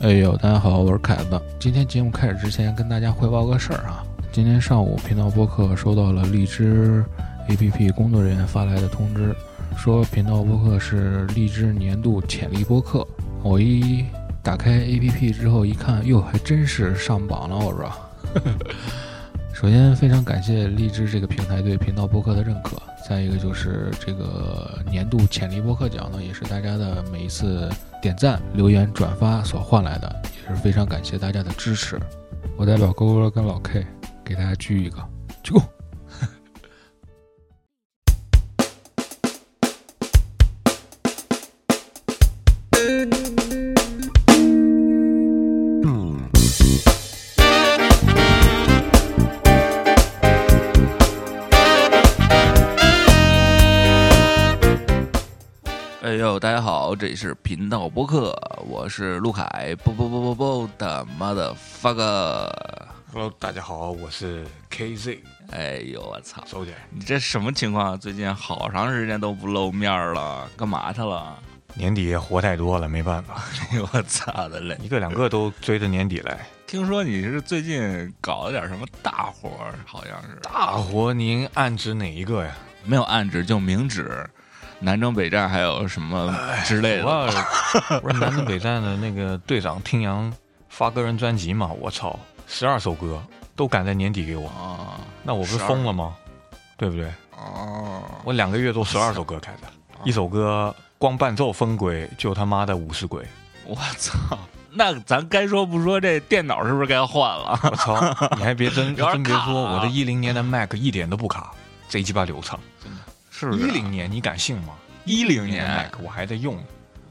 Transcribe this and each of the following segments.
哎呦，大家好，我是凯子。今天节目开始之前，跟大家汇报个事儿啊。今天上午，频道播客收到了荔枝 APP 工作人员发来的通知，说频道播客是荔枝年度潜力播客。我一打开 APP 之后一看，哟，还真是上榜了！我说， 首先非常感谢荔枝这个平台对频道播客的认可，再一个就是这个年度潜力播客奖呢，也是大家的每一次点赞、留言、转发所换来的，也是非常感谢大家的支持。我代表勾勾跟老 K 给大家鞠一个鞠躬。哎呦，大家好，这里是频道播客，我是陆凯，啵啵啵啵啵的妈的 fuck！ Hello，大家好，我是 KZ 哎呦，我操，周姐。你这什么情况？最近好长时间都不露面了，干嘛去了？年底活太多了，没办法， 哎呦，我操的嘞！一个两个都追着年底来。听说你是最近搞了点什么大活儿，好像是大活您暗指哪一个呀？没有暗指就明指，南征北战还有什么之类的。我 不是南征北战的那个队长听阳发个人专辑嘛？我操，十二首歌都赶在年底给我，啊那我不是疯了吗？对不对？哦，我两个月都十二首歌开的，一首歌光伴奏分轨就他妈的五十轨，我操！那咱该说不说，这电脑是不是该换了？我操！ 你还别真有点真别卡说，啊我这一零年的 Mac 一点都不卡，贼鸡巴流畅。是不一是？零年，你敢信吗？ 10年年 Mac 我还在用，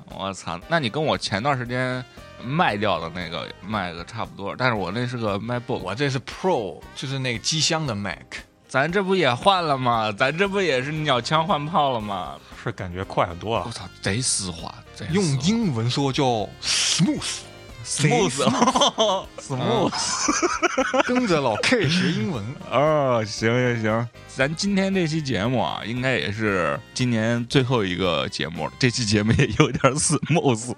我操！那你跟我前段时间卖掉的那个卖的差不多，但是我那是个 MacBook，我这是 Pro，就是那个机箱的 Mac，咱这不也换了吗？咱这不也是鸟枪换炮了吗？是感觉快很多我了。操，贼丝滑，贼用英文说叫 smooth， smooth，smooth。啊跟着老 K 学英文。哦，行行行，咱今天这期节目啊，应该也是今年最后一个节目了。这期节目也有点 smooth，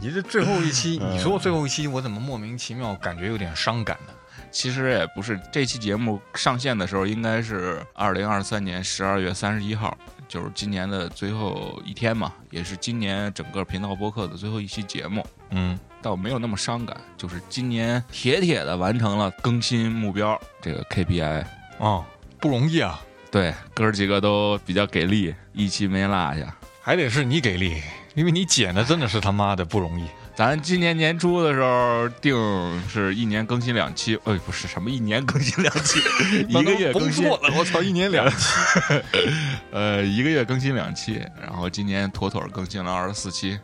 你这最后一期，你说最后一期，我怎么莫名其妙感觉有点伤感呢？其实也不是，这期节目上线的时候应该是二零二三年十二月三十一号，就是今年的最后一天嘛，也是今年整个频道播客的最后一期节目，嗯，倒没有那么伤感，就是今年铁铁的完成了更新目标这个 KPI。哦，不容易啊，对，哥儿几个都比较给力，一期没落下。还得是你给力，因为你剪的真的是他妈的不 容易。咱今年年初的时候定是一年更新两期，哎，不是什么一年更新两期，一个月更工新作了，我操，一年 两期，呃，一个月更新两期，然后今年妥妥更新了二十四期。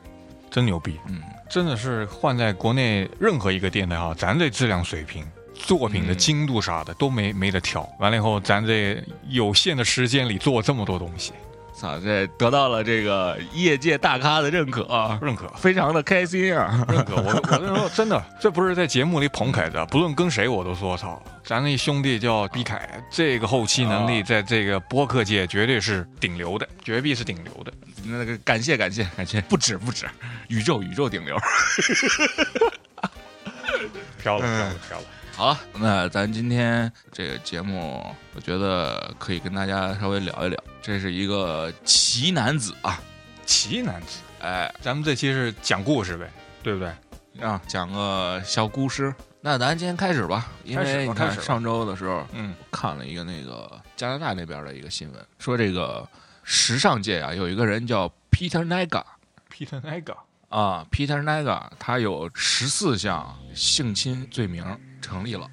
真牛逼。嗯，真的是换在国内任何一个电台哈，咱这质量水平、作品的精度啥的、都没没得挑。完了以后，咱这有限的时间里做这么多东西，操，这得到了这个业界大咖的认可啊，认 可非常的开心啊！认可。我我跟你说，真的，这不是在节目里捧凯子，不论跟谁我都说操，咱那兄弟叫毕凯，这个后期能力在这个播客界绝对是顶流的，啊绝壁是顶流的。那个感谢感谢感谢，不止不止，宇宙宇宙顶流。飘嗯了，飘了，飘了。好了，那咱今天这个节目，我觉得可以跟大家稍微聊一聊。这是一个奇男子啊，奇男子，哎，咱们这期是讲故事呗，对不对？啊，讲个小故事。那咱今天开始吧，因开始吧为你开看始吧上周的时候，嗯，看了一个那个加拿大那边的一个新闻，说这个时尚界啊，有一个人叫 Peter Naga ，Peter Naga，啊，Peter Naga，他有十四项性侵罪名成立了，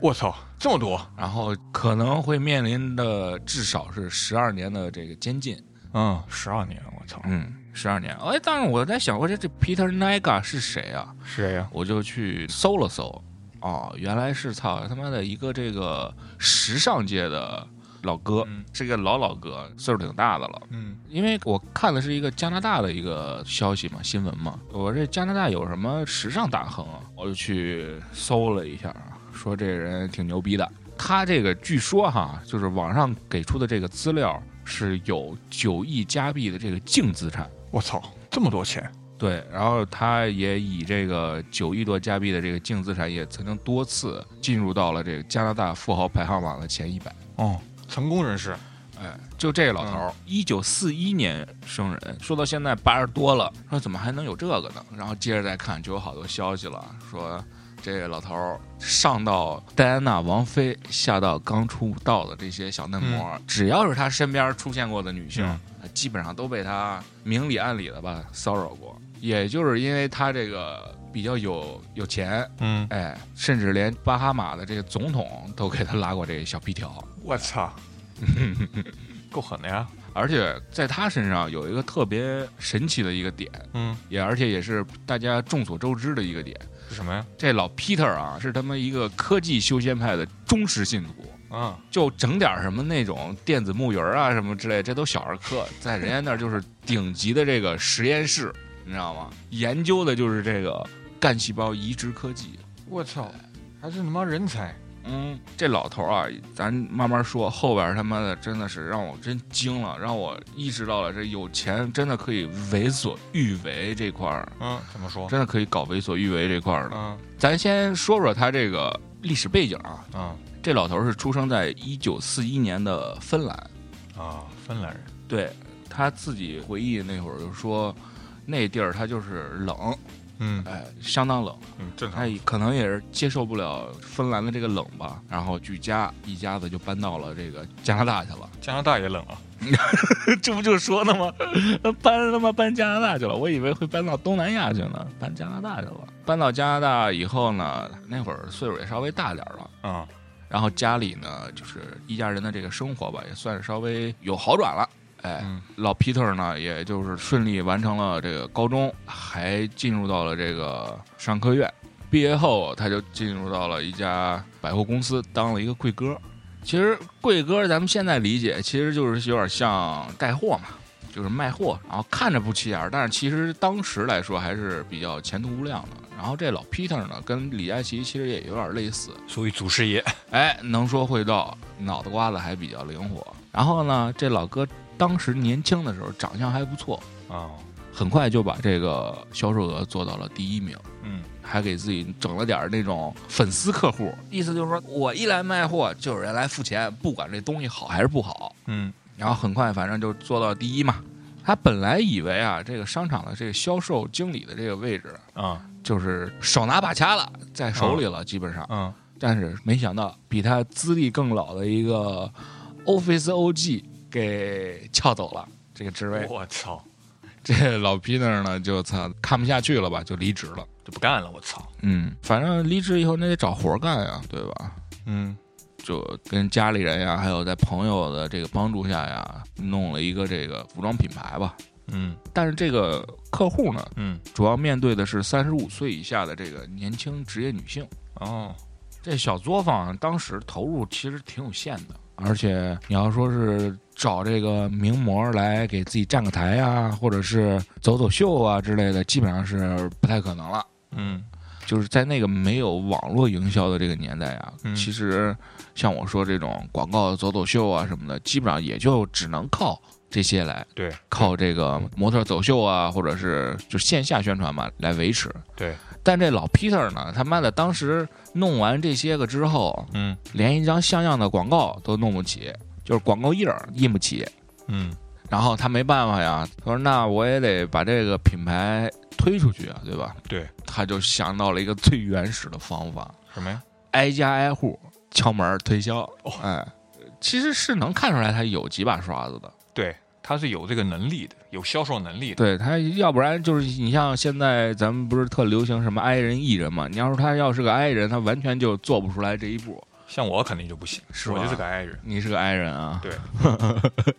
我操，这么多，然后可能会面临的至少是十二年的这个监禁。嗯，十二年，我操，嗯，十二年。哎，但是我在想，我说这 Peter Naga 是谁啊？谁呀、我就去搜了搜，哦，原来是操他妈的一个这个时尚界的老哥，嗯是个老老哥，岁数挺大的了。嗯，因为我看的是一个加拿大的一个消息嘛，新闻嘛，我这加拿大有什么时尚大亨啊，我就去搜了一下啊，说这人挺牛逼的。他这个据说哈，就是网上给出的这个资料是有九亿加币的这个净资产，我操，这么多钱，对，然后他也以这个九亿多加币的这个净资产，也曾经多次进入到了这个加拿大富豪排行榜的前一百。哦，成功人士，哎，就这个老头儿，一九四一年生人，说到现在八十多了，说怎么还能有这个呢？然后接着再看，就有好多消息了，说这个老头儿上到戴安娜王妃，下到刚出道的这些小嫩模，只要是他身边出现过的女性，基本上都被他明里暗里的吧骚扰过。也就是因为他这个比较有有钱，嗯，哎，甚至连巴哈马的这个总统都给他拉过这个小皮条。我 操，够狠的呀，而且在他身上有一个特别神奇的一个点，嗯，也而且也是大家众所周知的一个点。是什么呀？这老 Peter 啊，是他们一个科技修仙派的忠实信徒，嗯，就整点什么那种电子木鱼儿啊什么之类，这都小儿科，在人家那儿就是顶级的这个实验室，你知道吗？研究的就是这个干细胞移植科技。我操，还是他妈人才，嗯，这老头儿啊，咱慢慢说，后边儿他妈的真的是让我真惊了，让我意识到了这有钱真的可以为所欲为这块儿，嗯，怎么说？真的可以搞为所欲为这块儿的。嗯咱先说说他这个历史背景啊，嗯这老头儿是出生在一九四一年的芬兰，啊，芬兰人，对他自己回忆那会儿就说，那地儿他就是冷，嗯哎，相当冷。嗯，正他常，也可能也是接受不了芬兰的这个冷吧，然后举家一家子就搬到了这个加拿大去了。加拿大也冷啊， 这不就说呢吗？搬他妈搬加拿大去了，我以为会搬到东南亚去呢，搬加拿大去了。搬到加拿大以后呢，那会儿岁数也稍微大点儿了，嗯然后家里呢就是一家人的这个生活吧，也算是稍微有好转了。哎，嗯老皮特呢，也就是顺利完成了这个高中，还进入到了这个商科院。毕业后，他就进入到了一家百货公司，当了一个柜哥。其实柜哥，咱们现在理解，其实就是有点像带货嘛，就是卖货，然后看着不起眼儿，但是其实当时来说还是比较前途无量的。然后这老 Peter 呢，跟李佳琦其实也有点类似，属于祖师爷，哎，能说会道，脑袋瓜子还比较灵活。然后呢，这老哥当时年轻的时候长相还不错，啊，很快就把这个销售额做到了第一名，嗯，还给自己整了点儿那种粉丝客户，意思就是说我一来卖货就有人来付钱，不管这东西好还是不好。嗯然后很快，反正就做到第一嘛。他本来以为啊，这个商场的这个销售经理的这个位置啊就是手拿把掐了，在手里了，基本上。嗯，但是没想到比他资历更老的一个 Office OG 给撬走了这个职位。我操，这老 Peter 呢，就操看不下去了吧，就离职了。就不干了，我操，嗯，反正离职以后那得找活儿干呀，对吧？嗯就跟家里人呀，还有在朋友的这个帮助下呀，弄了一个这个服装品牌吧。嗯但是这个客户呢，嗯，主要面对的是三十五岁以下的这个年轻职业女性。哦，这小作坊当时投入其实挺有限的，而且你要说是找这个名模来给自己站个台啊，或者是走走秀啊之类的，基本上是不太可能了。嗯就是在那个没有网络营销的这个年代啊，嗯其实像我说这种广告走走秀啊什么的，基本上也就只能靠这些来，对，靠这个模特走秀啊，或者是就线下宣传嘛来维持。对，但这老 Peter 呢，他妈的当时弄完这些个之后，嗯连一张像样的广告都弄不起，就是广告印儿印不起。嗯然后他没办法呀，他说那我也得把这个品牌推出去啊，对吧？对，他就想到了一个最原始的方法，什么呀？挨家挨户敲门推销。哦哎，其实是能看出来他有几把刷子的。对，他是有这个能力的，有销售能力的。对他，要不然就是你像现在咱们不是特流行什么 i 人 e 人嘛？你要是他要是个 i 人，他完全就做不出来这一步。像我肯定就不行，是我吧就是个 i 人。你是个 i 人啊？对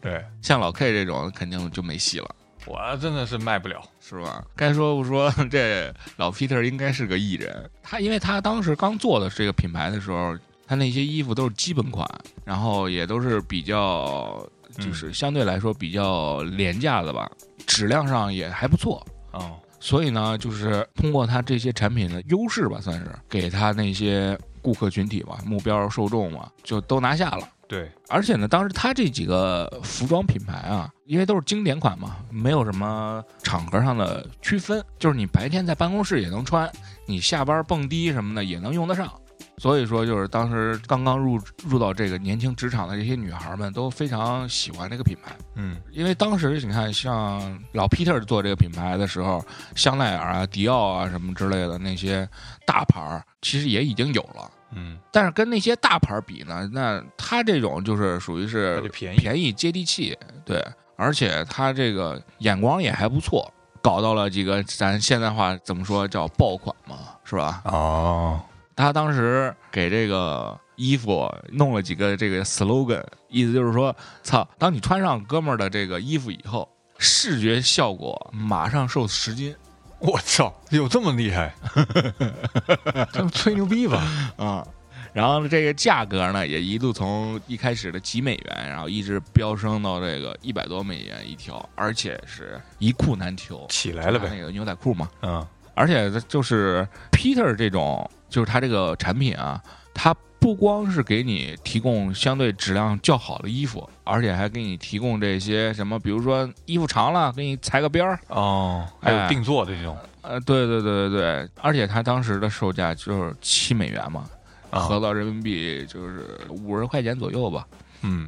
对，像老 K 这种肯定就没戏了，我真的是卖不了。是吧？该说不说， 这老 Peter 应该是个艺人。他因为他当时刚做的这个品牌的时候，他那些衣服都是基本款，然后也都是比较，嗯就是相对来说比较廉价的吧，质量上也还不错。哦，所以呢，就是通过他这些产品的优势吧，算是给他那些顾客群体吧、目标受众嘛，就都拿下了。对，而且呢，当时他这几个服装品牌啊，因为都是经典款嘛，没有什么场合上的区分，就是你白天在办公室也能穿，你下班蹦迪什么的也能用得上。所以说，就是当时刚刚入入到这个年轻职场的这些女孩们都非常喜欢这个品牌，嗯，因为当时你看，像老 Peter 做这个品牌的时候，香奈儿啊、迪奥啊什么之类的那些大牌儿，其实也已经有了。嗯，但是跟那些大牌儿比呢，那它这种就是属于那是就便宜，呃便宜接地气，对，而且它这个眼光也还不错，搞到了几个咱现在话怎么说叫爆款嘛，是吧？哦，他当时给这个衣服弄了几个这个 slogan，意思就是说，操，当你穿上哥们儿的这个衣服以后，视觉效果马上瘦十斤我操，有这么厉害？这不吹牛逼吧？啊。然后这个价格呢，也一度从一开始的几美元，然后一直飙升到这个一百多美元一条，而且是一裤难求。起来 了呗，那个牛仔裤嘛。嗯，而且就是 Peter 这种，就是它这个产品啊，它不光是给你提供相对质量较好的衣服，而且还给你提供这些什么，比如说衣服长了给你裁个边儿，哦，还有哎定做的这种，呃，对对对对对，而且它当时的售价就是七美元嘛，啊合到人民币就是五十块钱左右吧。嗯，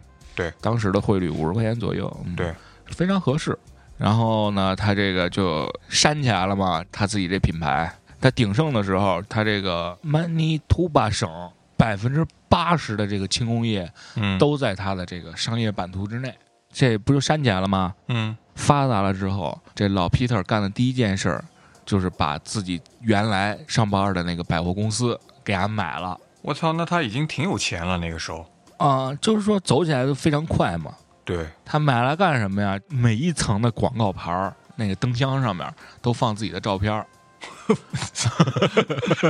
当时的汇率五十块钱左右，嗯、对，非常合适。然后呢，他这个就煽起来了嘛，他自己这品牌，他鼎盛的时候，他这个曼尼图巴省百分之八十的这个轻工业嗯，，都在他的这个商业版图之内，这不就煽起来了吗？嗯，发达了之后，这老 Peter 干的第一件事儿，就是把自己原来上班的那个百货公司给俺买了。我操，那他已经挺有钱了，那个时候，啊、就是说走起来就非常快嘛，对，他买来干什么呀？每一层的广告牌儿、那个灯箱上面都放自己的照片儿。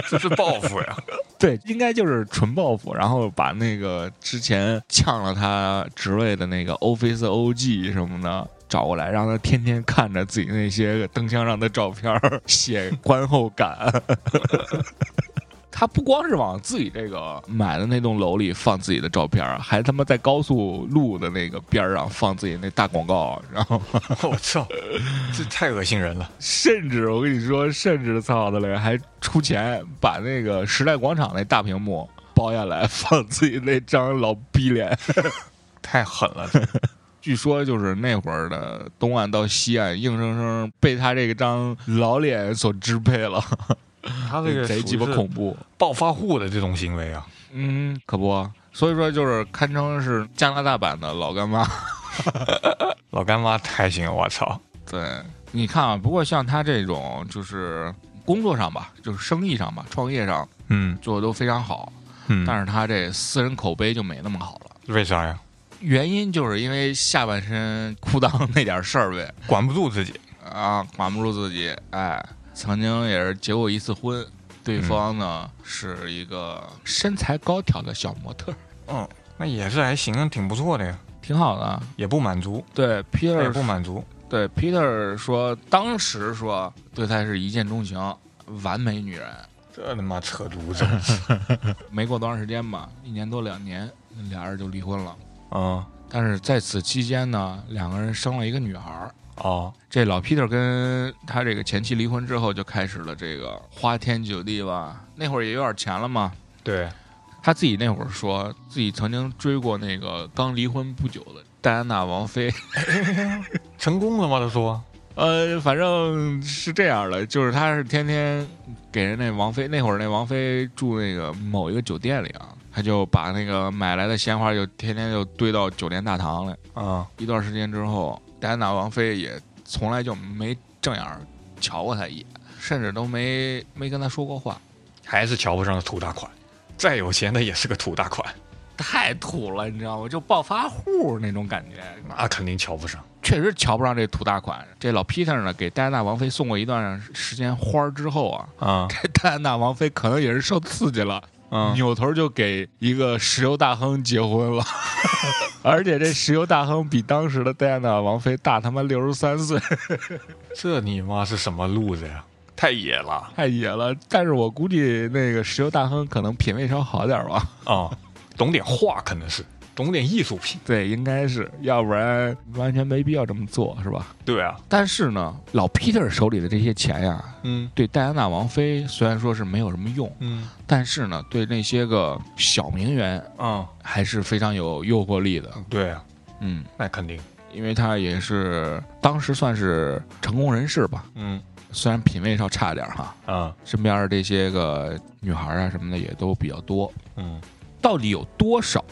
这是报复呀， 对，应该就是纯报复，然后把那个之前呛了他职位的那个 Office OG 什么的找过来，让他天天看着自己那些灯箱上的照片儿写观后感。 他不光是往自己这个买的那栋楼里放自己的照片儿，还他妈在高速路的那个边儿上放自己那大广告，然后我操，这太恶心人了，甚至我跟你说，甚至操的嘞，还出钱把那个时代广场那大屏幕包下来，放自己那张老逼脸。 太狠了，据说就是那会儿的东岸到西岸，硬生生被他这个张老脸所支配了，他这个贼鸡巴属于是恐怖。暴发户的这种行为啊，嗯，可不。所以说，就是堪称是加拿大版的老干 妈。老干妈太行，我操，对，你看啊，不过像他这种，就是工作上吧，就是生意上吧，创业上嗯做的都非常好，嗯，但是他这私人口碑就没那么好了。为啥呀？原因就是因为下半身裤裆那点事儿呗，管不住自己，啊，管不住自己，哎，曾经也是结过一次婚，对方呢、是一个身材高挑的小模特儿，嗯，那也是还行，挺不错的呀，挺好的。啊也不满足，对也 Peter，不满足，对 Peter 说，当时说对她是一见钟情，完美女人。这他妈扯犊子，没过多长时间吧，一年多两年，俩人就离婚了。 嗯，但是在此期间呢，两个人生了一个女孩儿。哦，这老 Peter 跟他这个前妻离婚之后，就开始了这个花天酒地吧。那会儿也有点钱了嘛。对，他自己那会儿说自己曾经追过那个刚离婚不久的戴安娜王妃， 成功了吗？他说，呃，反正是这样的，就是他是天天给人那王妃，那会儿那王妃住那个某一个酒店里啊，他就把那个买来的鲜花就天天就堆到酒店大堂来。啊，一段时间之后，戴安娜王妃也从来就没正眼儿瞧过他一眼，甚至都没没跟他说过话，还是瞧不上土大款，再有钱的也是个土大款，太土了，你知道吗？就暴发户那种感觉，那肯定瞧不上。确实瞧不上这土大款。这老 Peter 呢，给戴安娜王妃送过一段时间花儿之后啊， 啊这戴安娜王妃可能也是受刺激了，啊扭头就给一个石油大亨结婚了， 而且这石油大亨比当时的戴安娜王妃大他妈六十三岁。这你妈是什么路子呀？太野了太野了，但是我哦估计那个石油大亨可能品味稍好点儿吧。 啊！懂点话可能是懂点艺术品。对，应该是，要不然完全没必要这么做，是吧？对啊，但是呢，老 Peter 手里的这些钱呀、嗯对戴安娜王妃虽然说是没有什么用，嗯但是呢，对那些个小名媛啊，还是非常有诱惑力的。对啊，嗯，那肯定。因为他也是当时算是成功人士吧，嗯虽然品味稍差点儿哈，啊身边的这些个女孩啊什么的也都比较多，嗯，到底有多少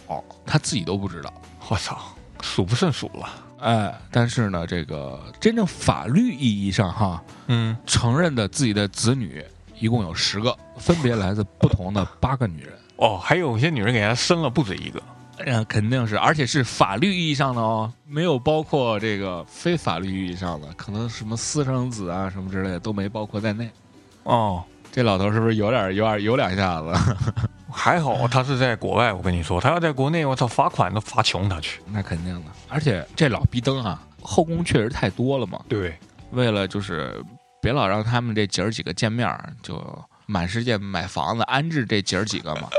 他自己都不知道。我操，数不胜数了。哎，但是呢，这个真正法律意义上哈，嗯，承认的自己的子女一共有十个，分别来自不同的八个女人。哦，还有些女人给他生了不止一个。嗯，肯定是，而且是法律意义上的哦，没有包括这个非法律意义上的，可能什么私生子啊什么之类的都没包括在内。哦，这老头是不是有点有点有两下子？还好他是在国外，我跟你说，他要在国内，我操，罚款都罚穷他去。 那肯定的，而且这老逼灯啊，后宫确实太多了嘛。对，为了就是别老让他们这姐儿几个见面儿，就满世界买房子安置这姐儿几个嘛，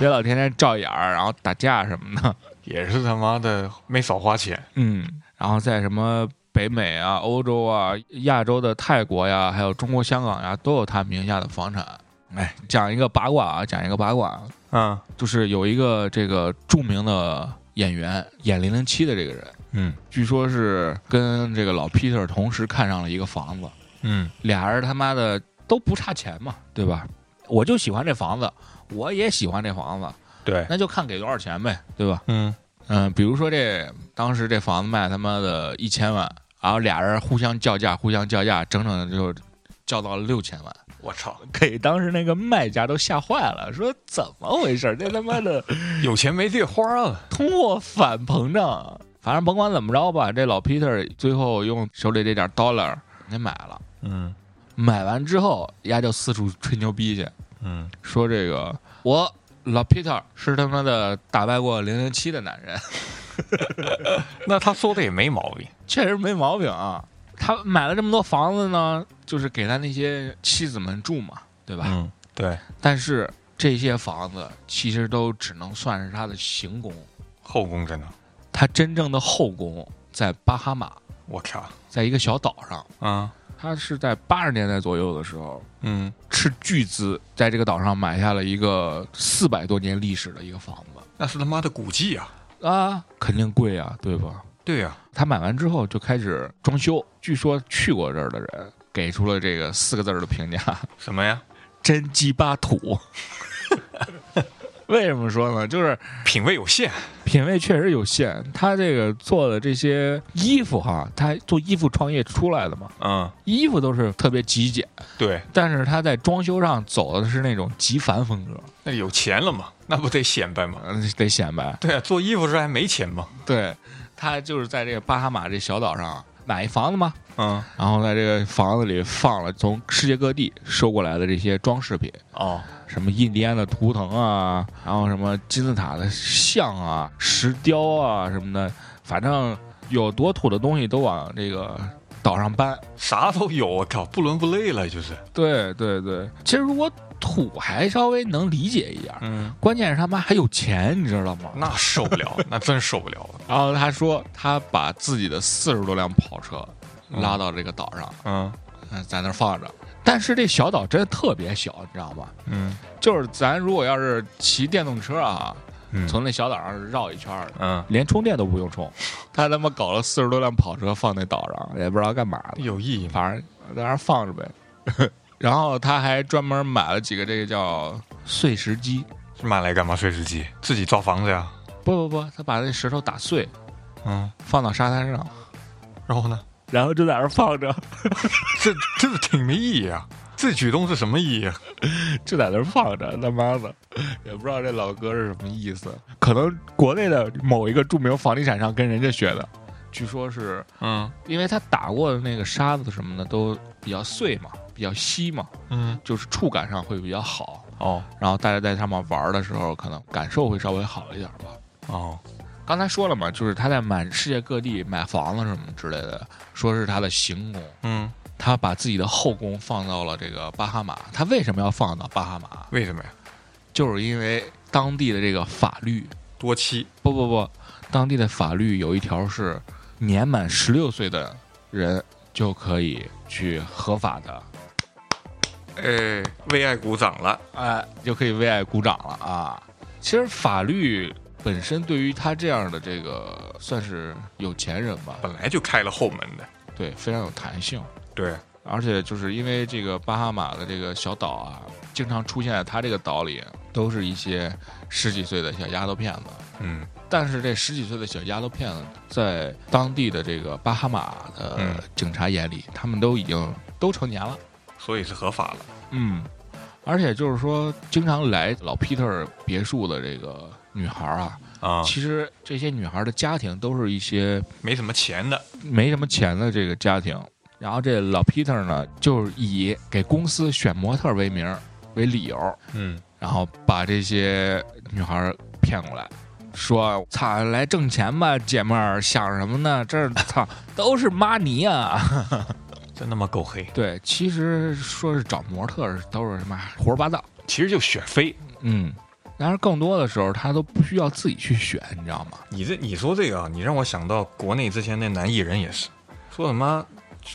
别老天天照眼儿，啊然后打架什么的。也是他妈的没少花钱。嗯，然后在什么北美啊、欧洲啊、亚洲的泰国呀，还有中国香港呀，都有他名下的房产。哎，讲一个八卦啊，讲一个八卦啊，嗯就是有一个这个著名的演员演零零七的这个人，嗯据说是跟这个老 Peter 同时看上了一个房子，嗯俩人他妈的都不差钱嘛，对吧？我就喜欢这房子，我也喜欢这房子，对，那就看给多少钱呗，对吧？嗯嗯，比如说这当时这房子卖他妈的一千万，然后俩人互相叫价，互相叫价，整整就叫到了六千万，我操，给当时那个卖家都吓坏了，说怎么回事儿？这他妈的有钱没地儿花了。通货反膨胀。反正甭管怎么着吧，这老 Peter 最后用手里这点 dollar 给买了。嗯买完之后，丫就四处吹牛逼去，嗯，说这个我老 Peter 是他妈的打败过零零七的男人。那他说的也没毛病。 确实没毛病啊。他买了这么多房子呢，就是给他那些妻子们住嘛，对吧？嗯，对，但是这些房子其实都只能算是他的行宫，后宫真的，他真正的后宫在巴哈马，我靠，在一个小岛上。啊，他是在八十年代左右的时候，嗯，斥巨资在这个岛上买下了一个四百多年历史的一个房那是他妈的古迹啊。子啊，肯定贵啊，对吧？对呀、他买完之后就开始装修，据说去过这儿的人给出了这个四个字儿的评价：什么呀？真鸡巴土。 为什么说呢？就是品味有限。品味确实有限。他这个做的这些衣服哈，他做衣服创业出来的嘛，嗯，衣服都是特别极简，对，但是他在装修上走的是那种极繁风格，那有钱了嘛，那不得显摆嘛？嗯，得显摆。对啊，做衣服时还没钱嘛。对他就是在这个巴哈马这小岛上买一房子嘛，嗯，然后在这个房子里放了从世界各地收过来的这些装饰品，哦，什么印第安的图腾啊，然后什么金字塔的像啊、石雕啊什么的，反正有多土的东西都往这个岛上搬。啥都有，我靠，不伦不类了，就是。对对对，其实如果土还稍微能理解一点儿，嗯，关键是他妈还有钱，你知道吗？那受不 了，那真受不了了。然后他说他把自己的四十多辆跑车拉到这个岛上，嗯嗯，在那儿放着。但是这小岛真的特别小，你知道吗？嗯就是咱如果要是骑电动车啊，嗯从那小岛上绕一圈儿，嗯，连充电都不用充，他他妈搞了四十多辆跑车放那岛上，也不知道干嘛的，有意义吗？反正在那儿放着呗。 然后他还专门买了几个这个叫碎石机，是买来干嘛？碎石机自己造房子呀？不不不，他把那石头打碎嗯，放到沙滩上，然后呢？然后就在那儿放着，这这挺没意义啊！这举动是什么意义啊？就在那儿放着，他妈的，也不知道这老哥是什么意思，可能国内的某一个著名房地产商跟人家学的，据说是嗯因为他打过的那个沙子什么的都比较碎嘛，比较稀嘛，嗯，就是触感上会比较好。哦然后大家在上面玩的时候，可能感受会稍微好一点吧。哦，刚才说了嘛，就是他在满世界各地买房子什么之类的，说是他的行宫，嗯，他把自己的后宫放到了这个巴哈马。他为什么要放到巴哈马？为什么呀？就是因为当地的这个法律多妻不不不，当地的法律有一条是，年满十六岁的人就可以去合法的，哎，为爱鼓掌了。哎，就可以为爱鼓掌了啊！其实法律本身对于他这样的这个算是有钱人吧，本来就开了后门的。对，非常有弹性。对，而且就是因为这个巴哈马的这个小岛啊，经常出现在他这个岛里，都是一些十几岁的小丫头片子。嗯，但是这十几岁的小丫头片子，在当地的这个巴哈马嗯的警察眼里，他们都已经都成年了。所以是合法了。嗯，而且就是说，经常来老皮特别墅的这个女孩儿啊，啊，其实这些女孩儿的家庭都是一些没什么钱的，没什么钱的这个家庭。然后这老皮特呢，就是以给公司选模特为名儿为理由，嗯，然后把这些女孩儿骗过来，说：“操，来挣钱吧，姐们儿，想什么呢？这儿操都是妈尼啊！” 真他妈够黑。对，其实说是找模特儿都是什么胡说八道。其实就选妃，嗯，然而更多的时候他都不需要自己去选，你知道 吗？你这你说这个啊，你让我想到国内之前那男艺人也是，说什么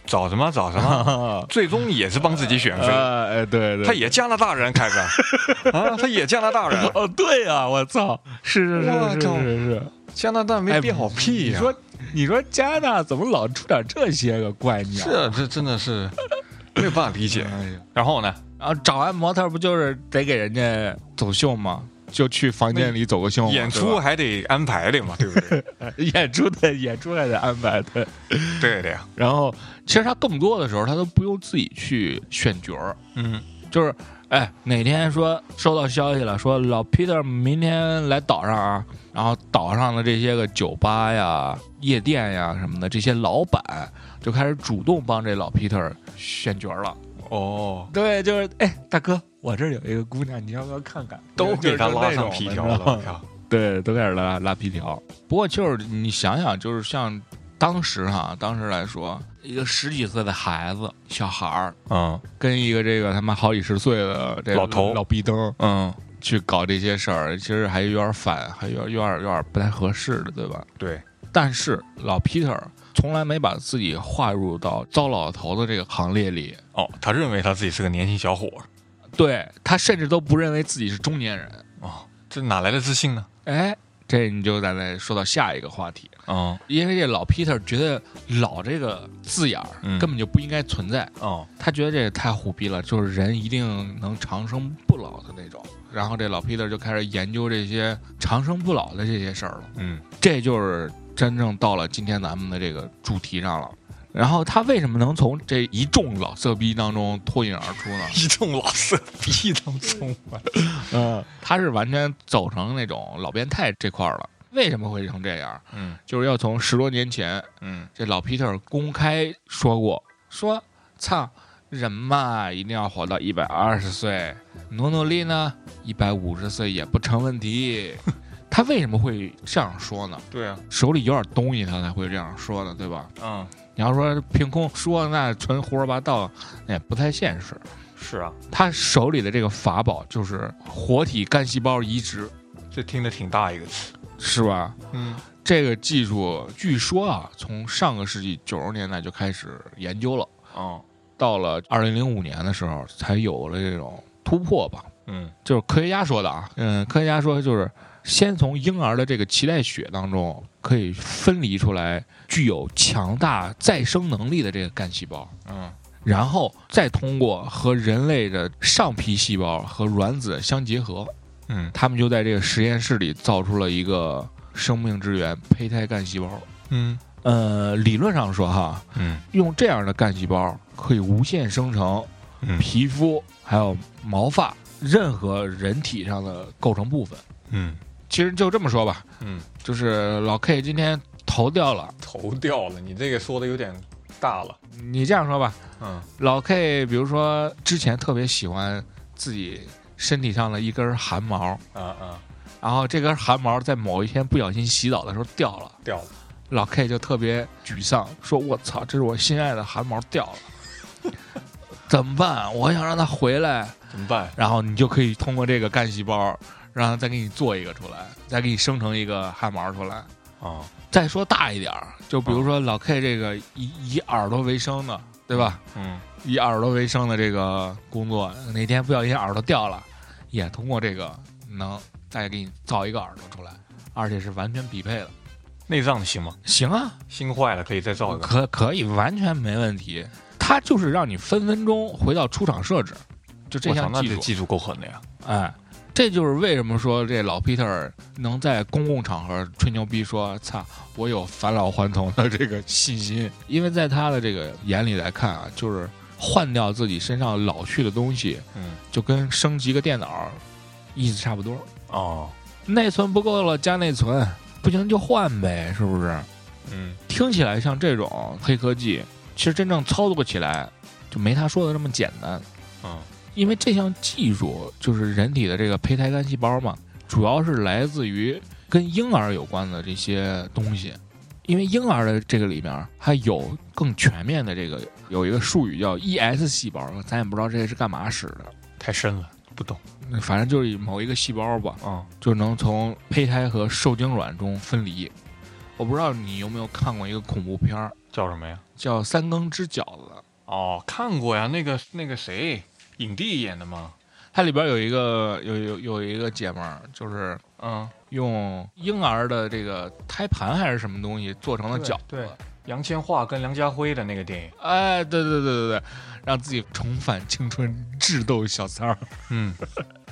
找什么找什 么，最终也是帮自己选妃。啊哎，对对他也加拿大人 开的啊，他也加拿大人，哦，对呀、我操，是是我是是靠是是，加拿大没哎憋好屁你呀、说你说加拿大怎么老出点这些个怪鸟？是啊，这真的是没有办法理解。哎呀。 然后呢，然后找完模特不就是得给人家走秀吗？就去房间里走个秀嘛，演出还得安排的嘛，对不 对？对吧 演出的演出还得安排对。对的呀，然后其实他更多的时候他都不用自己去选角儿，嗯，就是哎哪天说收到消息了，说老 Peter 明天来岛上啊，然后岛上的这些个酒吧呀、夜店呀什么的，这些老板就开始主动帮这老 Peter 选角儿了。哦，对，就是哎大哥，我这儿有一个姑娘，你要不要看看？都给他拉上皮皮条了，我靠，对，都开始拉拉皮条。不过就是你想想，就是像当时哈、当时来说，一个十几岁的孩子、小孩儿，嗯跟一个这个他妈好几十岁的这个老头老逼灯嗯，去搞这些事儿，其实还有点反，还有点有点有点不太合适的，对吧？对，但是老 Peter 从来没把自己划入到糟老头的这个行列里，哦，他认为他自己是个年轻小伙儿，对他甚至都不认为自己是中年人。哦，这哪来的自信呢？哎，这你就咱再说到下一个话题。嗯，因为这老 Peter 觉得“老”这个字眼儿嗯根本就不应该存在，哦，他觉得这也太虎逼了，就是人一定能长生不老的那种。然后这老 Peter 就开始研究这些长生不老的这些事儿了，嗯，这就是真正到了今天咱们的这个主题上了。然后他为什么能从这一众老色逼当中脱颖而出呢？一众老色逼当中啊，嗯，他是完全走成那种老变态这块儿了。为什么会成这样？嗯就是要从十多年前嗯，这老皮特公开说过，说操人嘛，一定要活到一百二十岁，努努力呢，一百五十岁也不成问题。 他为什么会这样说呢？对啊，手里有点东西，他才会这样说的，对吧？嗯，你要说凭空说，那纯胡说八道，那也不太现实。是啊，他手里的这个法宝就是活体干细胞移植，这听着挺大一个词，是吧？嗯，这个技术据说啊，从上个世纪九十年代就开始研究了。哦，到了二零零五年的时候，才有了这种突破吧。嗯就是科学家说的啊，嗯，科学家说就是先从婴儿的这个脐带血当中可以分离出来具有强大再生能力的这个干细胞，嗯，然后再通过和人类的上皮细胞和卵子相结合，嗯他们就在这个实验室里造出了一个生命之源——胚胎干细胞。嗯呃，理论上说哈，嗯用这样的干细胞可以无限生成嗯皮肤还有毛发任何人体上的构成部分。嗯其实就这么说吧，嗯，就是老 K 今天头掉了，头掉了，你这个说的有点大了，你这样说吧，嗯，老 K 比如说之前特别喜欢自己身体上的一根汗毛，啊啊，然后这根汗毛在某一天不小心洗澡的时候掉了，掉了，老 K 就特别沮丧，说：“我操，这是我心爱的汗毛掉了。” 怎么办？我想让它回来，怎么办？然后你就可以通过这个干细胞，让他再给你做一个出来，再给你生成一个汗毛出来。啊，再说大一点儿，就比如说老 K 这个以以耳朵为生的，对吧？嗯，以耳朵为生的这个工作，哪天不小心耳朵掉了，也通过这个能再给你造一个耳朵出来，而且是完全匹配的。内脏的行吗？行啊，心坏了可以再造一个。可可以完全没问题。它就是让你分分钟回到出厂设置，就这我操，项那技这术，技术够狠的呀！哎。这就是为什么说这老 Peter 能在公共场合吹牛逼说“操，我有返老还童的这个信心”，因为在他的这个眼里来看啊，就是换掉自己身上老去的东西，嗯，就跟升级个电脑意思差不多。哦，内存不够了加内存，不行就换呗，是不是？嗯，听起来像这种黑科技，其实真正操作起来就没他说的那么简单。嗯，因为这项技术就是人体的这个胚胎干细胞嘛，主要是来自于跟婴儿有关的这些东西。因为婴儿的这个里面还有更全面的这个有一个术语叫 ES 细胞，咱也不知道这是干嘛使的，太深了，不懂。反正就是某一个细胞吧，嗯，就能从胚胎和受精卵中分离。我不知道你有没有看过一个恐怖片儿，叫什么呀？叫《三更之饺子》，哦，看过呀，那个那个谁，影帝演的嘛。它里边有一个有有有一个姐们儿，就是嗯，用婴儿的这个胎盘还是什么东西做嗯成了饺子，对，杨千嬅跟梁家辉的那个电影。哎，对对对对对，让自己重返青春，智斗小三儿。嗯，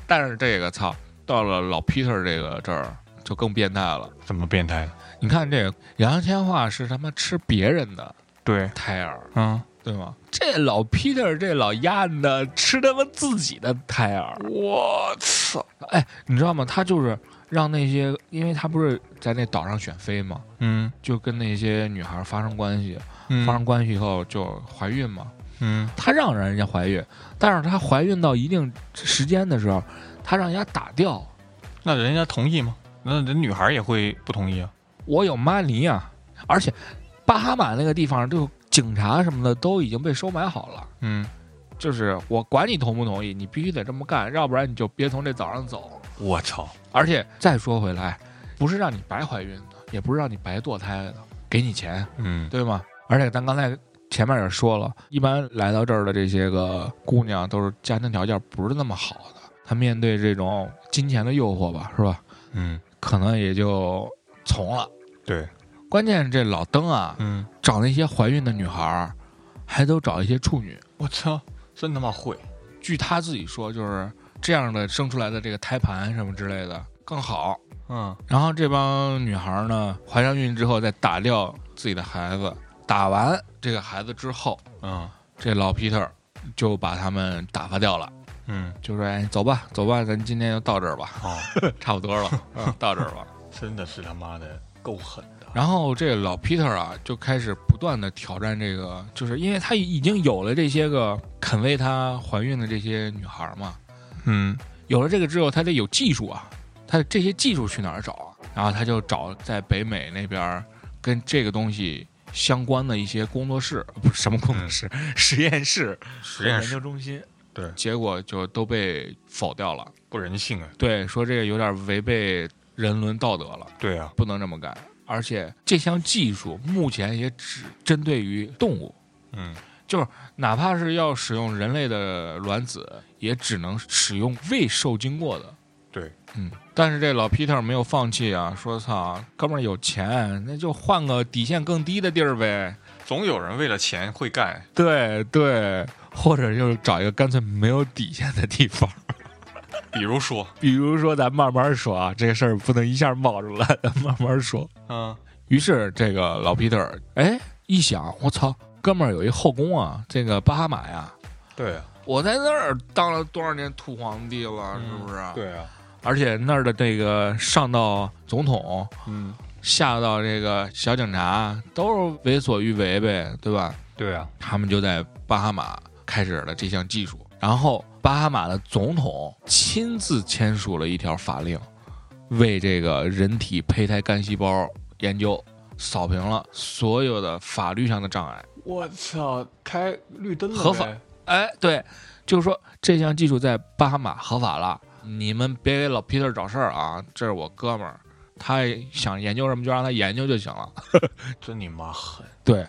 但是这个操，到了老 Peter 这个这儿就更变态了。怎么变态了？你看这个杨千嬅是他妈吃别人的对，胎儿，嗯，对吗？这老 Peter 这老丫的吃他妈自己的胎儿，我操，哎，你知道吗？他就是让那些，因为他不是在那岛上选妃嘛，嗯，就跟那些女孩发生关系，嗯发生关系以后就怀孕嘛。嗯，他让人家怀孕，但是他怀孕到一定时间的时候，他让人家打掉。那人家同意吗？那人女孩也会不同意啊。我有妈尼啊！而且巴哈马那个地方，就警察什么的都已经被收买好了，嗯，就是我管你同不同意，你必须得这么干，要不然你就别从这岛上走。我操，而且再说回来，不是让你白怀孕的，也不是让你白堕胎的，给你钱，嗯，对吗？而且咱刚才前面也说了，一般来到这儿的这些个姑娘都是家庭条件不是那么好的，她面对这种金钱的诱惑吧，是吧？嗯，可能也就从了。对，关键这老登啊，嗯，找那些怀孕的女孩儿，还都找一些处女。我操，真他妈会。据他自己说，就是这样的生出来的这个胎盘什么之类的更好。嗯，然后这帮女孩儿呢，怀上孕之后再打掉自己的孩子，打完这个孩子之后，嗯，这老皮特就把他们打发掉了，嗯，就说：“哎，走吧，走吧，咱今天就到这儿吧，哦，差不多了，嗯到这儿吧。真的是他妈的够狠的”。然后这老皮特啊，就开始不断的挑战这个，就是因为他已经有了这些个肯为他怀孕的这些女孩嘛，嗯，有了这个之后，他得有技术啊，他这些技术去哪儿找啊？然后他就找在北美那边儿跟这个东西相关的一些工作室，不是什么工作室，实验室、嗯实验室究中心，对结果就都被否掉了。不人性啊。对，说这个有点违背人伦道德了，对啊，不能这么干。而且这项技术目前也只针对于动物，嗯，哪怕是要使用人类的卵子，也只能使用未受精过的。对，嗯，但是这老 Peter 没有放弃啊，说操，哥们儿有钱，那就换个底线更低的地儿呗。总有人为了钱会干。对对，或者就是找一个干脆没有底线的地方。比如说，比如说，咱慢慢说啊，这个事儿不能一下冒出来，咱慢慢说。嗯，于是这个老皮特，哎，一想，我操，哥们儿有一后宫啊，这个巴哈马呀，对啊，我在那儿当了多少年土皇帝了，是不是？。对啊，而且那儿的这个上到总统，嗯，下到这个小警察，都是为所欲为呗，对吧？对啊，他们就在巴哈马开始了这项技术，然后巴哈马的总统亲自签署了一条法令，为这个人体胚胎干细胞研究扫平了所有的法律上的障碍。我操，开绿灯合法呗哎，对，就是说这项技术在巴哈马合法了，你们别给老皮特找事儿啊，这是我哥们儿，他想研究什么就让他研究就行了。真你妈狠！对，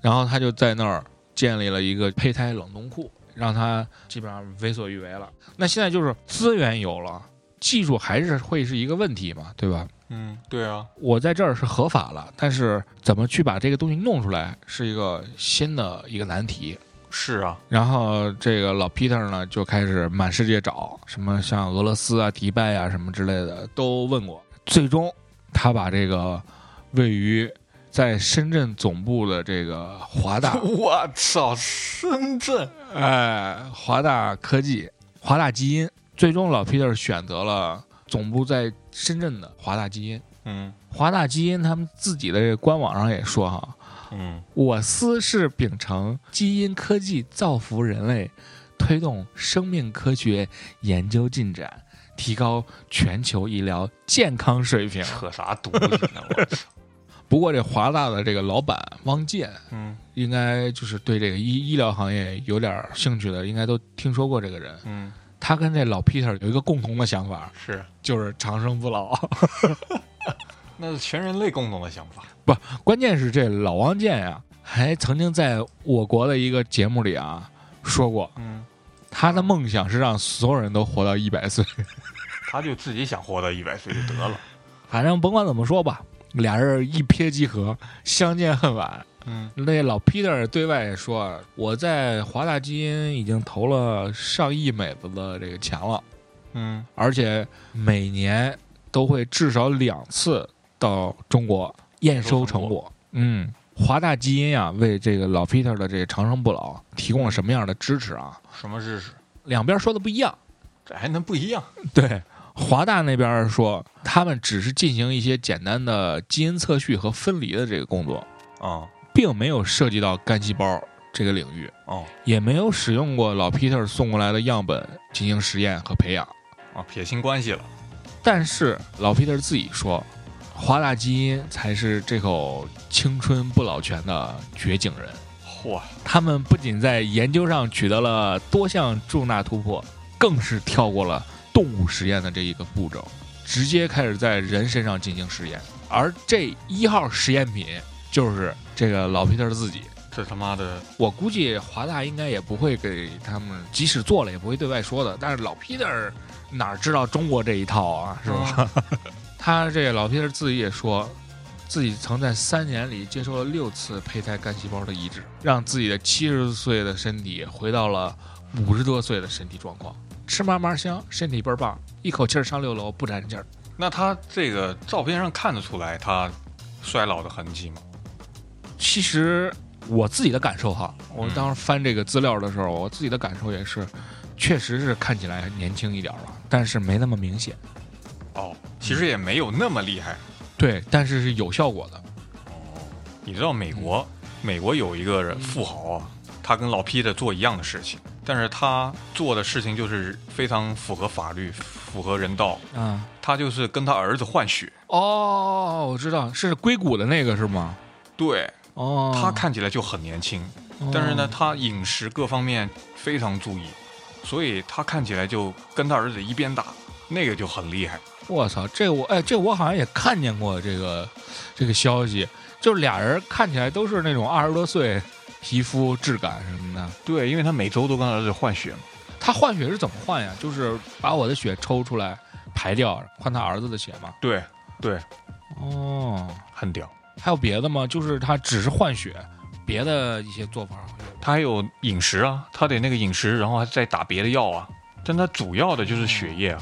然后他就在那儿建立了一个胚胎冷冻库，让他基本上为所欲为了。那现在就是资源有了，技术还是会是一个问题嘛，对吧？嗯，对啊，我在这儿是合法了，但是怎么去把这个东西弄出来是一个新的一个难题。是啊，然后这个老 Peter 呢，就开始满世界找，什么像俄罗斯啊、迪拜啊什么之类的都问过。最终，他把这个位于在深圳总部的这个华大， 我操，深圳哎，华大科技、华大基因，最终老 Peter 选择了总部在深圳的华大基因。嗯华大基因他们自己的这个官网上也说哈，嗯，我司是秉承基因科技造福人类，推动生命科学研究进展，提高全球医疗健康水平。扯啥 犊子呢？我操，不过这华大的这个老板汪建，嗯应该就是对这个医医疗行业有点兴趣的，应该都听说过这个人。嗯，他跟这老 Peter 有一个共同的想法，是，就是长生不老。那是全人类共同的想法。关键是这老汪建呀、还曾经在我国的一个节目里啊说过，嗯，他的梦想是让所有人都活到一百岁。他就自己想活到一百岁就得了。反正甭管怎么说吧，俩人一瞥即合，相见恨晚。嗯那老 Peter 对外也说，我在华大基因已经投了上亿美子的这个钱了，嗯，而且每年都会至少两次到中国验收成验收成果。嗯，华大基因呀、为这个老 Peter 的这个长生不老提供了什么样的支持啊？什么知识？两边说的不一样。这还能不一样？对，华大那边说，他们只是进行一些简单的基因测序和分离的这个工作，啊、并没有涉及到干细胞这个领域，哦也没有使用过老 Peter 送过来的样本进行实验和培养。啊，撇清关系了。但是老 Peter 自己说，华大基因才是这口青春不老泉的绝景人。嚯，他们不仅在研究上取得了多项重大突破，更是跳过了动物实验的这一个步骤，直接开始在人身上进行实验。而这一号实验品就是这个老皮特自己。这他妈的，我估计华大应该也不会给他们，即使做了也不会对外说的。但是老皮特哪知道中国这一套啊，是吧？他这个老皮特自己也说，自己曾在三年里接受了六次胚胎干细胞的移植，让自己的七十岁的身体回到了五十多岁的身体状况，吃嘛嘛香，身体倍儿棒，一口气儿上六楼不沾气儿。那他这个照片上看得出来他衰老的痕迹吗？其实我自己的感受哈，啊我嗯当时翻这个资料的时候，我自己的感受也是，确实是看起来年轻一点儿了，但是没那么明显。哦，其实也没有那么厉害。对，但是是有效果的。你知道美国，美国有一个人富豪啊，他跟老 P 的做一样的事情，但是他做的事情就是非常符合法律、符合人道。啊，他就是跟他儿子换血，哦，我知道，是硅谷的那个是吗？对哦，他看起来就很年轻，哦，但是呢，他饮食各方面非常注意，所以他看起来就跟他儿子一边大，那个就很厉害。我操，这我哎，这我好像也看见过这个这个消息，就是俩人看起来都是那种二十多岁，皮肤质感什么的。对，因为他每周都跟儿子换血嘛。他换血是怎么换呀？就是把我的血抽出来排掉，换他儿子的血吗？对，哦，很屌。还有别的吗？就是他只是换血，别的一些做法他还有饮食啊，他得那个饮食，然后还再打别的药啊。但他主要的就是血液啊，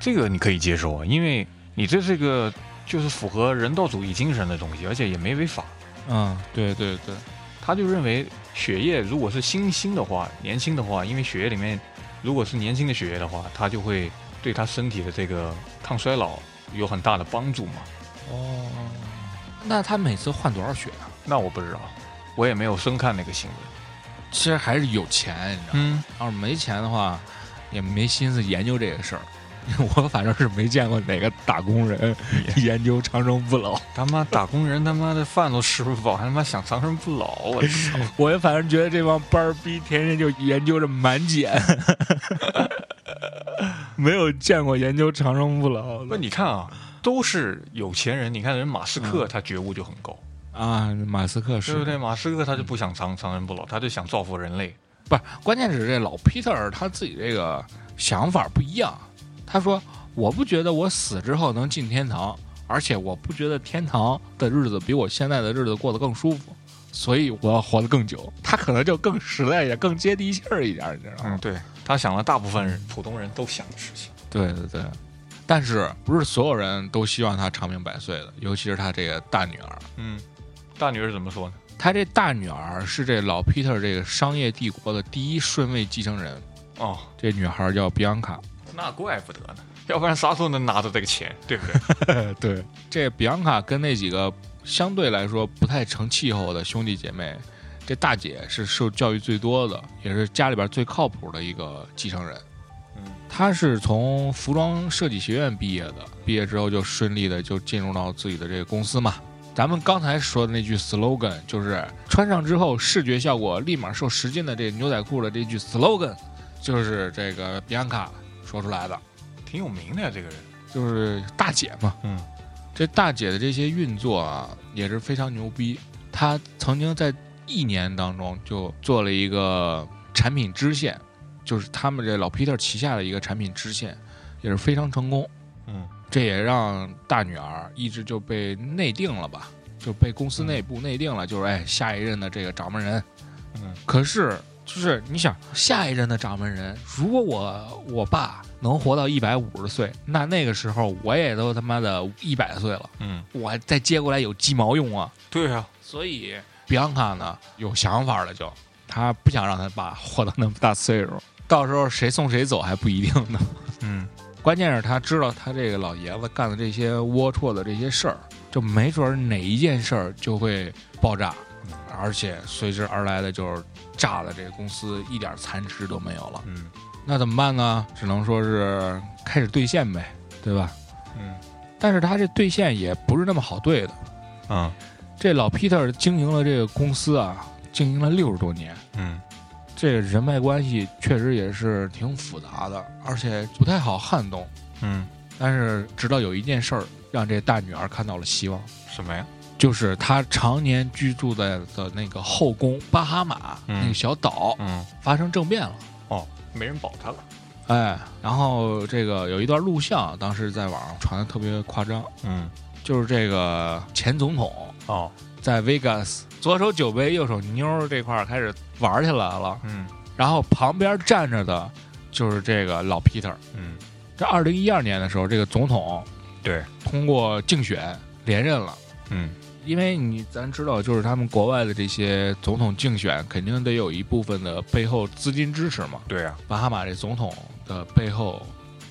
这个你可以接受啊，因为你这是个就是符合人道主义精神的东西，而且也没违法。嗯，对对对，他就认为血液如果是新兴的话，年轻的话，因为血液里面如果是年轻的血液的话，它就会对他身体的这个抗衰老有很大的帮助嘛。哦，那他每次换多少血啊？那我不知道，我也没有深看那个新闻。其实还是有钱，你知道吗？嗯，要是没钱的话，也没心思研究这个事儿。 我反正是没见过哪个打工人 研究长生不老，他妈打工人他妈的饭都吃不饱，还他妈想长生不老，啊我操！我也反正觉得这帮班儿逼天天就研究着满减。 没有见过研究长生不老不，的你看啊，都是有钱人。你看人马斯克，他觉悟就很高，啊！马斯克是对不对？马斯克他就不想长长生不老，他就想造福人类。不是，关键是这老 Peter 他自己这个想法不一样。他说：“我不觉得我死之后能进天堂，而且我不觉得天堂的日子比我现在的日子过得更舒服，所以我要活得更久。”他可能就更实在一点，更接地气儿一 点，你知道吗？嗯，对，嗯他想了大部分人普通人都想的事情。对对对。但是不是所有人都希望他长命百岁的，尤其是他这个大女儿。嗯，大女儿怎么说呢？他这大女儿是这老 Peter 这个商业帝国的第一顺位继承人，哦，这女孩叫比昂卡。那怪不得呢，要不然啥时候能拿到这个钱，对 不对？对，这比昂卡跟那几个相对来说不太成气候的兄弟姐妹，这大姐是受教育最多的，也是家里边最靠谱的一个继承人。嗯，她是从服装设计学院毕业的，毕业之后就顺利的就进入到自己的这个公司嘛。咱们刚才说的那句 slogan 就是穿上之后视觉效果立马瘦十斤的这牛仔裤的这句 slogan，就是这个比昂卡说出来的。挺有名的呀、这个人。就是大姐嘛，嗯，这大姐的这些运作啊也是非常牛逼。她曾经在一年当中就做了一个产品支线，就是他们这老 Peter 旗下的一个产品支线，也是非常成功。嗯，这也让大女儿一直就被内定了吧，就被公司内部内定了，就是哎下一任的这个掌门人。嗯，可是就是你想下一任的掌门人，如果我我爸能活到一百五十岁，那那个时候我也都他妈的一百岁了，嗯，我再接过来有鸡毛用啊！对啊，所以比昂卡呢有想法了就，他不想让他爸活到那么大岁数，到时候谁送谁走还不一定呢。嗯，关键是他知道他这个老爷子干的这些龌龊的这些事儿，就没准儿哪一件事儿就会爆炸，而且随之而来的就是炸的这个公司一点残值都没有了。嗯，那怎么办呢？只能说是开始兑现呗，对吧？嗯，但是他这兑现也不是那么好兑的。啊，这老 Peter 经营了这个公司啊，经营了六十多年，嗯，这个人脉关系确实也是挺复杂的，而且不太好撼动。嗯，但是直到有一件事儿，让这大女儿看到了希望，什么呀？就是她常年居住在的那个后宫巴哈马、嗯那个小岛嗯，发生政变了。哦，没人保他了。哎，然后这个有一段录像，当时在网上传的特别夸张，嗯，就是这个前总统哦，在 Vegas 左手酒杯右手妞儿这块儿开始玩起来了，嗯，然后旁边站着的就是这个老 Peter。嗯，这二零一二年的时候，这个总统对，通过竞选连任了。嗯，因为你咱知道，就是他们国外的这些总统竞选，肯定得有一部分的背后资金支持嘛。对啊，巴哈马这总统的背后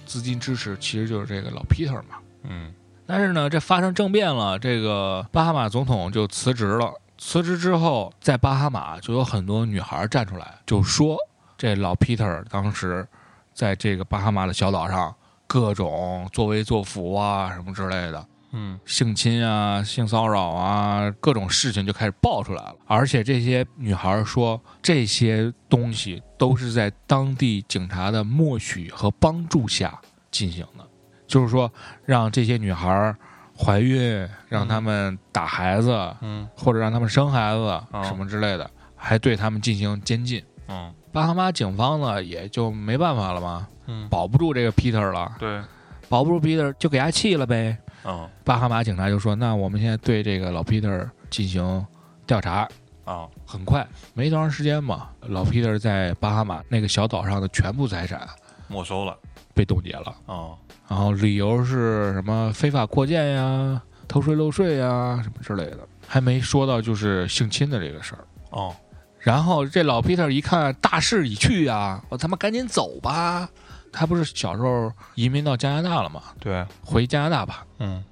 资金支持，其实就是这个老 Peter 嘛。嗯，但是呢，这发生政变了，这个巴哈马总统就辞职了。辞职之后，在巴哈马就有很多女孩站出来，就说这老 Peter 当时在这个巴哈马的小岛上各种作威作福啊，什么之类的。嗯，性侵啊、性骚扰啊，各种事情就开始爆出来了。而且这些女孩说，这些东西啊都是在当地警察的默许和帮助下进行的，就是说让这些女孩怀孕，让她们打孩子，嗯，或者让她们生孩子什么之类的，还对她们进行监禁。嗯，巴哈马警方呢，也就没办法了嘛，嗯，保不住这个 Peter 了，对，保不住 Peter 就给他气了呗。嗯，巴哈马警察就说：“那我们现在对这个老 Peter 进行调查。啊，”很快，没多长时间嘛，老 Peter 在巴哈马那个小岛上的全部财产没收了。被冻结了，哦，然后理由是什么非法扩建呀、偷税漏税呀什么之类的，还没说到就是性侵的这个事儿。哦，然后这老 Peter 一看大势已去啊，我他妈赶紧走吧！他不是小时候移民到加拿大了吗？对，回加拿大吧，嗯，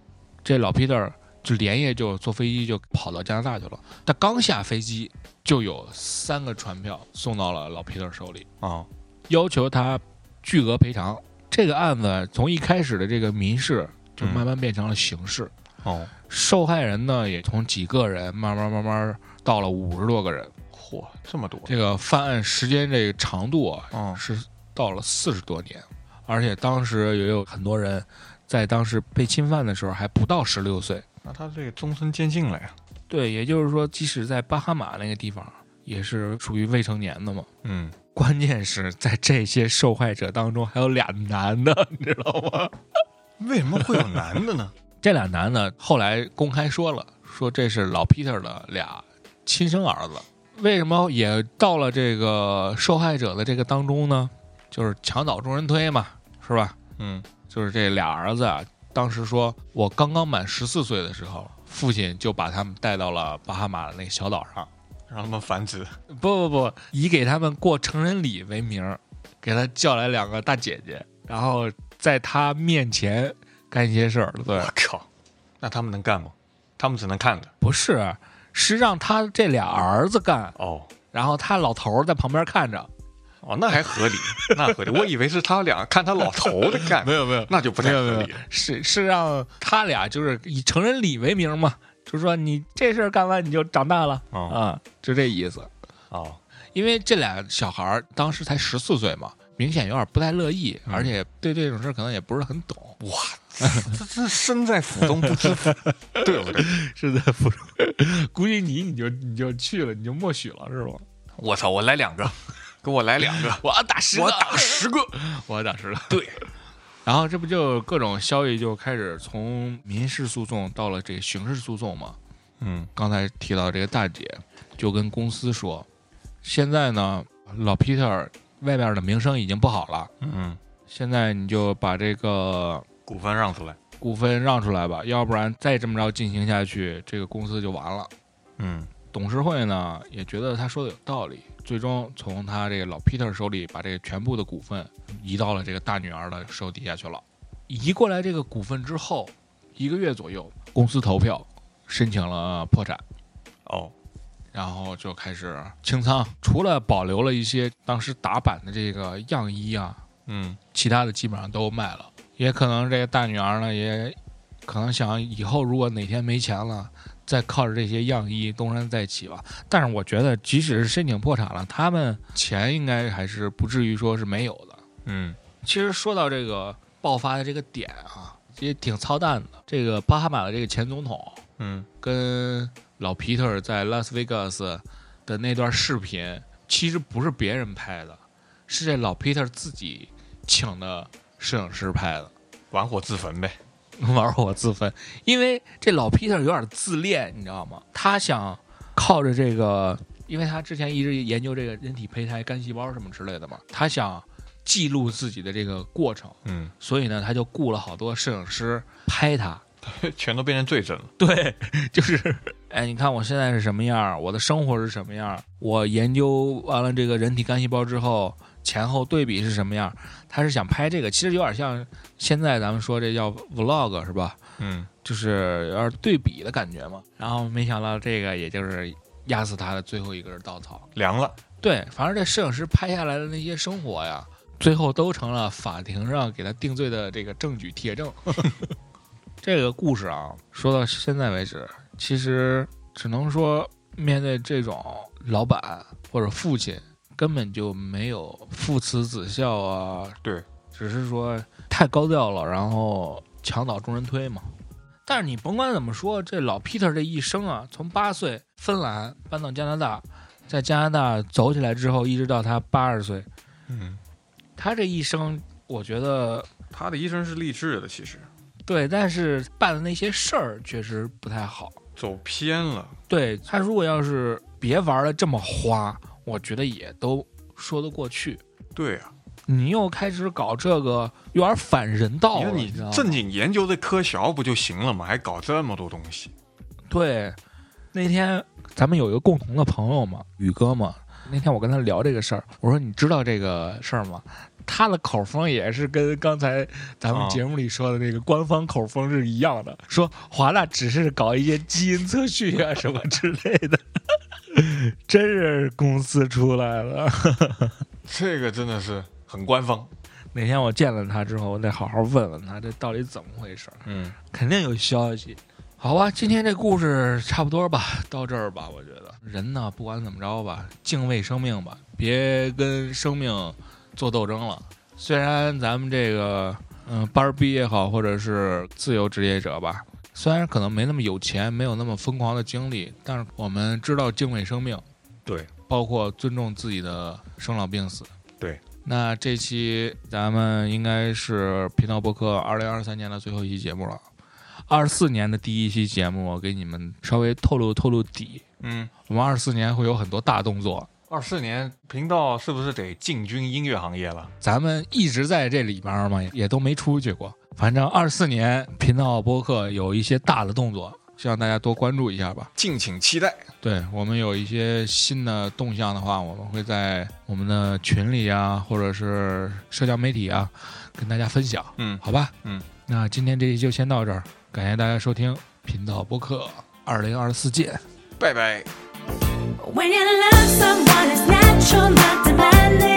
这老 Peter 就连夜就坐飞机就跑到加拿大去了。他刚下飞机，就有三个传票送到了老 Peter 手里，哦，要求他巨额赔偿。这个案子从一开始的这个民事，就慢慢变成了刑事。哦，受害人呢，也从几个人慢慢慢慢到了五十多个人。嚯，这么多。这个犯案时间这个长度啊，嗯，是到了四十多年。而且当时也有很多人在当时被侵犯的时候还不到十六岁。那他这个终身监禁了呀。对，也就是说，即使在巴哈马那个地方，也是属于未成年的嘛。嗯，关键是在这些受害者当中还有俩男的，你知道吗？ 为什么会有男的呢？这俩男的后来公开说了，说这是老 Peter 的俩亲生儿子。为什么也到了这个受害者的这个当中呢？就是墙倒众人推嘛，是吧？ 嗯，就是这俩儿子啊，当时说我刚刚满十四岁的时候，父亲就把他们带到了巴哈马的那个小岛上。让他们繁殖。不不不，以给他们过成人礼为名儿，给他叫来两个大姐姐，然后在他面前干一些事儿。对我，靠，那他们能干吗？他们只能看着。不是，是让他这俩儿子干，哦然后他老头儿在旁边看着。哦，那还合 理，那合理。我以为是他俩看他老头子干，有没有，那就不太没有合没有理。，是是让他俩就是以成人礼为名嘛，就说你这事儿干完你就长大了啊、哦就这意思。哦，因为这俩小孩儿当时才十四岁嘛，明显有点不太乐意，而且对这种事儿可能也不是很懂。这这身在福中不知福， 对不对？是在福州，估计你你就你就去了，你就默许了是吧？，我操，我来两个，给我来两个 我要打十我打十个。我要打十个。对， 然后这不就各种消息就开始从民事诉讼到了这个刑事诉讼嘛？嗯刚才提到这个大姐就跟公司说，现在呢，老 Peter 外边的名声已经不好了，嗯，现在你就把这个股份让出来。股份让出来吧，要不然再这么着进行下去，这个公司就完了。嗯董事会呢也觉得他说的有道理，最终从他这个老 Peter 手里把这个全部的股份移到了这个大女儿的手底下去了。移过来这个股份之后，一个月左右，公司投票申请了破产，哦，然后就开始清仓，除了保留了一些当时打版的这个样衣啊，嗯其他的基本上都卖了。也可能这个大女儿呢，也可能想以后如果哪天没钱了，再靠着这些样衣东山再起吧。但是我觉得，即使是申请破产了，他们钱应该还是不至于说是没有的。嗯其实说到这个爆发的这个点啊，也挺操蛋的。这个巴哈马的这个前总统嗯跟老皮特在拉斯维加斯的那段视频，其实不是别人拍的，是这老皮特自己请的摄影师拍的。 玩火自焚呗。玩火自焚，因为这老 Peter 有点自恋，你知道吗？他想靠着这个，因为他之前一直研究这个人体胚胎、干细胞什么之类的嘛，他想记录自己的这个过程，嗯，所以呢，他就雇了好多摄影师拍他。 全都变成罪证了。对， 就是，哎，你看我现在是什么样儿，我的生活是什么样儿，我研究完了这个人体干细胞之后，前后对比是什么样儿，他是想拍这个，其实有点像现在咱们说这叫 vlog 是吧？嗯就是有点对比的感觉嘛。然后没想到这个也就是压死他的最后一根稻草。，凉了。对，反正这摄影师拍下来的那些生活呀，最后都成了法庭上给他定罪的这个证据铁 证。这个故事啊，说到现在为止，其实只能说面对这种老板或者父亲，根本就没有父慈子孝啊，对，只是说太高调了，然后墙倒众人推嘛。但是你甭管怎么说，这老 Peter 这一生啊，从八岁芬兰搬到加拿大，在加拿大走起来之后，一直到他八十岁，嗯，他这一生，我觉得他的医生是励志的，其实对，但是办的那些事儿确实不太好。走偏了。对他如果要是别玩的这么花，我觉得也都说得过去。对啊，你又开始搞这个，有点反人道你了，看你知道哦你吗？正经研究这科学啊不就行了吗？还搞这么多东西。对，那天咱们有一个共同的朋友嘛，宇哥嘛。那天我跟他聊这个事儿，我说你知道这个事儿吗？他的口风也是跟刚才咱们啊节目里说的那个官方口风是一样的，说华大只是搞一些基因测序啊什么之类的， 真是公司出来了。这个真的是很官方。哪天我见了他之后，我得好好问问他这到底怎么回事儿。嗯，肯定有消息。好吧，今天这故事差不多吧，到这儿吧，我觉得人呢，不管怎么着吧，敬畏生命吧，别跟生命做斗争了。虽然咱们这个嗯班儿毕也好，或者是自由职业者吧，虽然可能没那么有钱，没有那么疯狂的经历，但是我们知道敬畏生命，对，包括尊重自己的生老病死，对。那这期咱们应该是频道播客二零二三年的最后一期节目了，二四年的第一期节目，我给你们稍微透露透露底，嗯，我们二四年会有很多大动作，二四年频道是不是得进军音乐行业了？咱们一直在这里边儿嘛，也都没出去过。反正二四年频道播客有一些大的动作，希望大家多关注一下吧。敬请期待。对我们有一些新的动向的话，我们会在我们的群里啊，或者是社交媒体啊，跟大家分享，嗯，好吧？嗯，那今天这期就先到这儿，感谢大家收听频道播客，二零二四见。拜拜。 When you love someone, it's natural, not demanding.